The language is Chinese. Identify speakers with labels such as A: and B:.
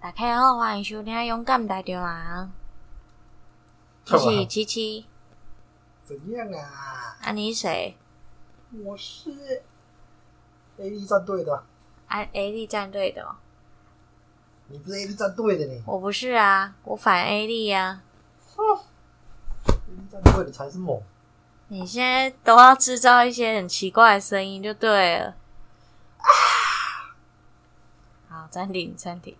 A: 嘿好，欢迎收听《勇敢大中啊》，
B: 干
A: 我
B: 嘛
A: 是七七，
B: 怎样啊？
A: 啊你是谁？
B: 我是 A D 战队的，
A: 啊 A D 战队的哦、
B: 你不是 A D 战队的呢
A: 我不是啊，我反 A 啊 D 呀、
B: ？A D 战队的才是猛。
A: 啊。你现在都要制造一些很奇怪的啊声音就对了。好，暂停，暂停。